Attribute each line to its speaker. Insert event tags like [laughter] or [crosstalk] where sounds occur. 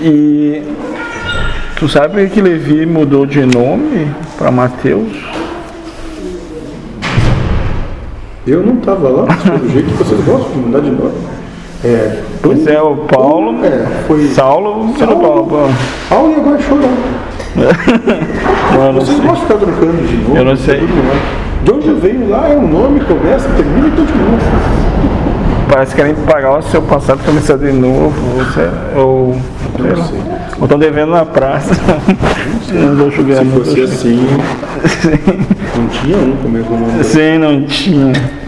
Speaker 1: E tu sabe que Levi mudou de nome para Mateus?
Speaker 2: Eu não
Speaker 1: [laughs]
Speaker 2: estava lá, mas pelo jeito vocês gostam de mudar de nome. É,
Speaker 1: Pois é, o Paulo,
Speaker 2: É, foi-
Speaker 1: Saulo, virou
Speaker 2: Saulo.
Speaker 1: Paulo.
Speaker 2: Paulo e agora chorou.
Speaker 1: Eu não
Speaker 2: Vocês
Speaker 1: sei.
Speaker 2: gostam de ficar trocando de nome.
Speaker 1: Eu não sei.
Speaker 2: De onde eu venho lá é um nome, começa, termina e continua.
Speaker 1: Parece que querem pagar o seu passado começar de novo. Ou sei, ou, sei lá.
Speaker 2: sei.
Speaker 1: Ou estão devendo na praça. [laughs] É, Não vou chover [laughs]
Speaker 2: Se
Speaker 1: não vou
Speaker 2: fosse assim, não tinha um com o mesmo nome.
Speaker 1: Sim, não tinha.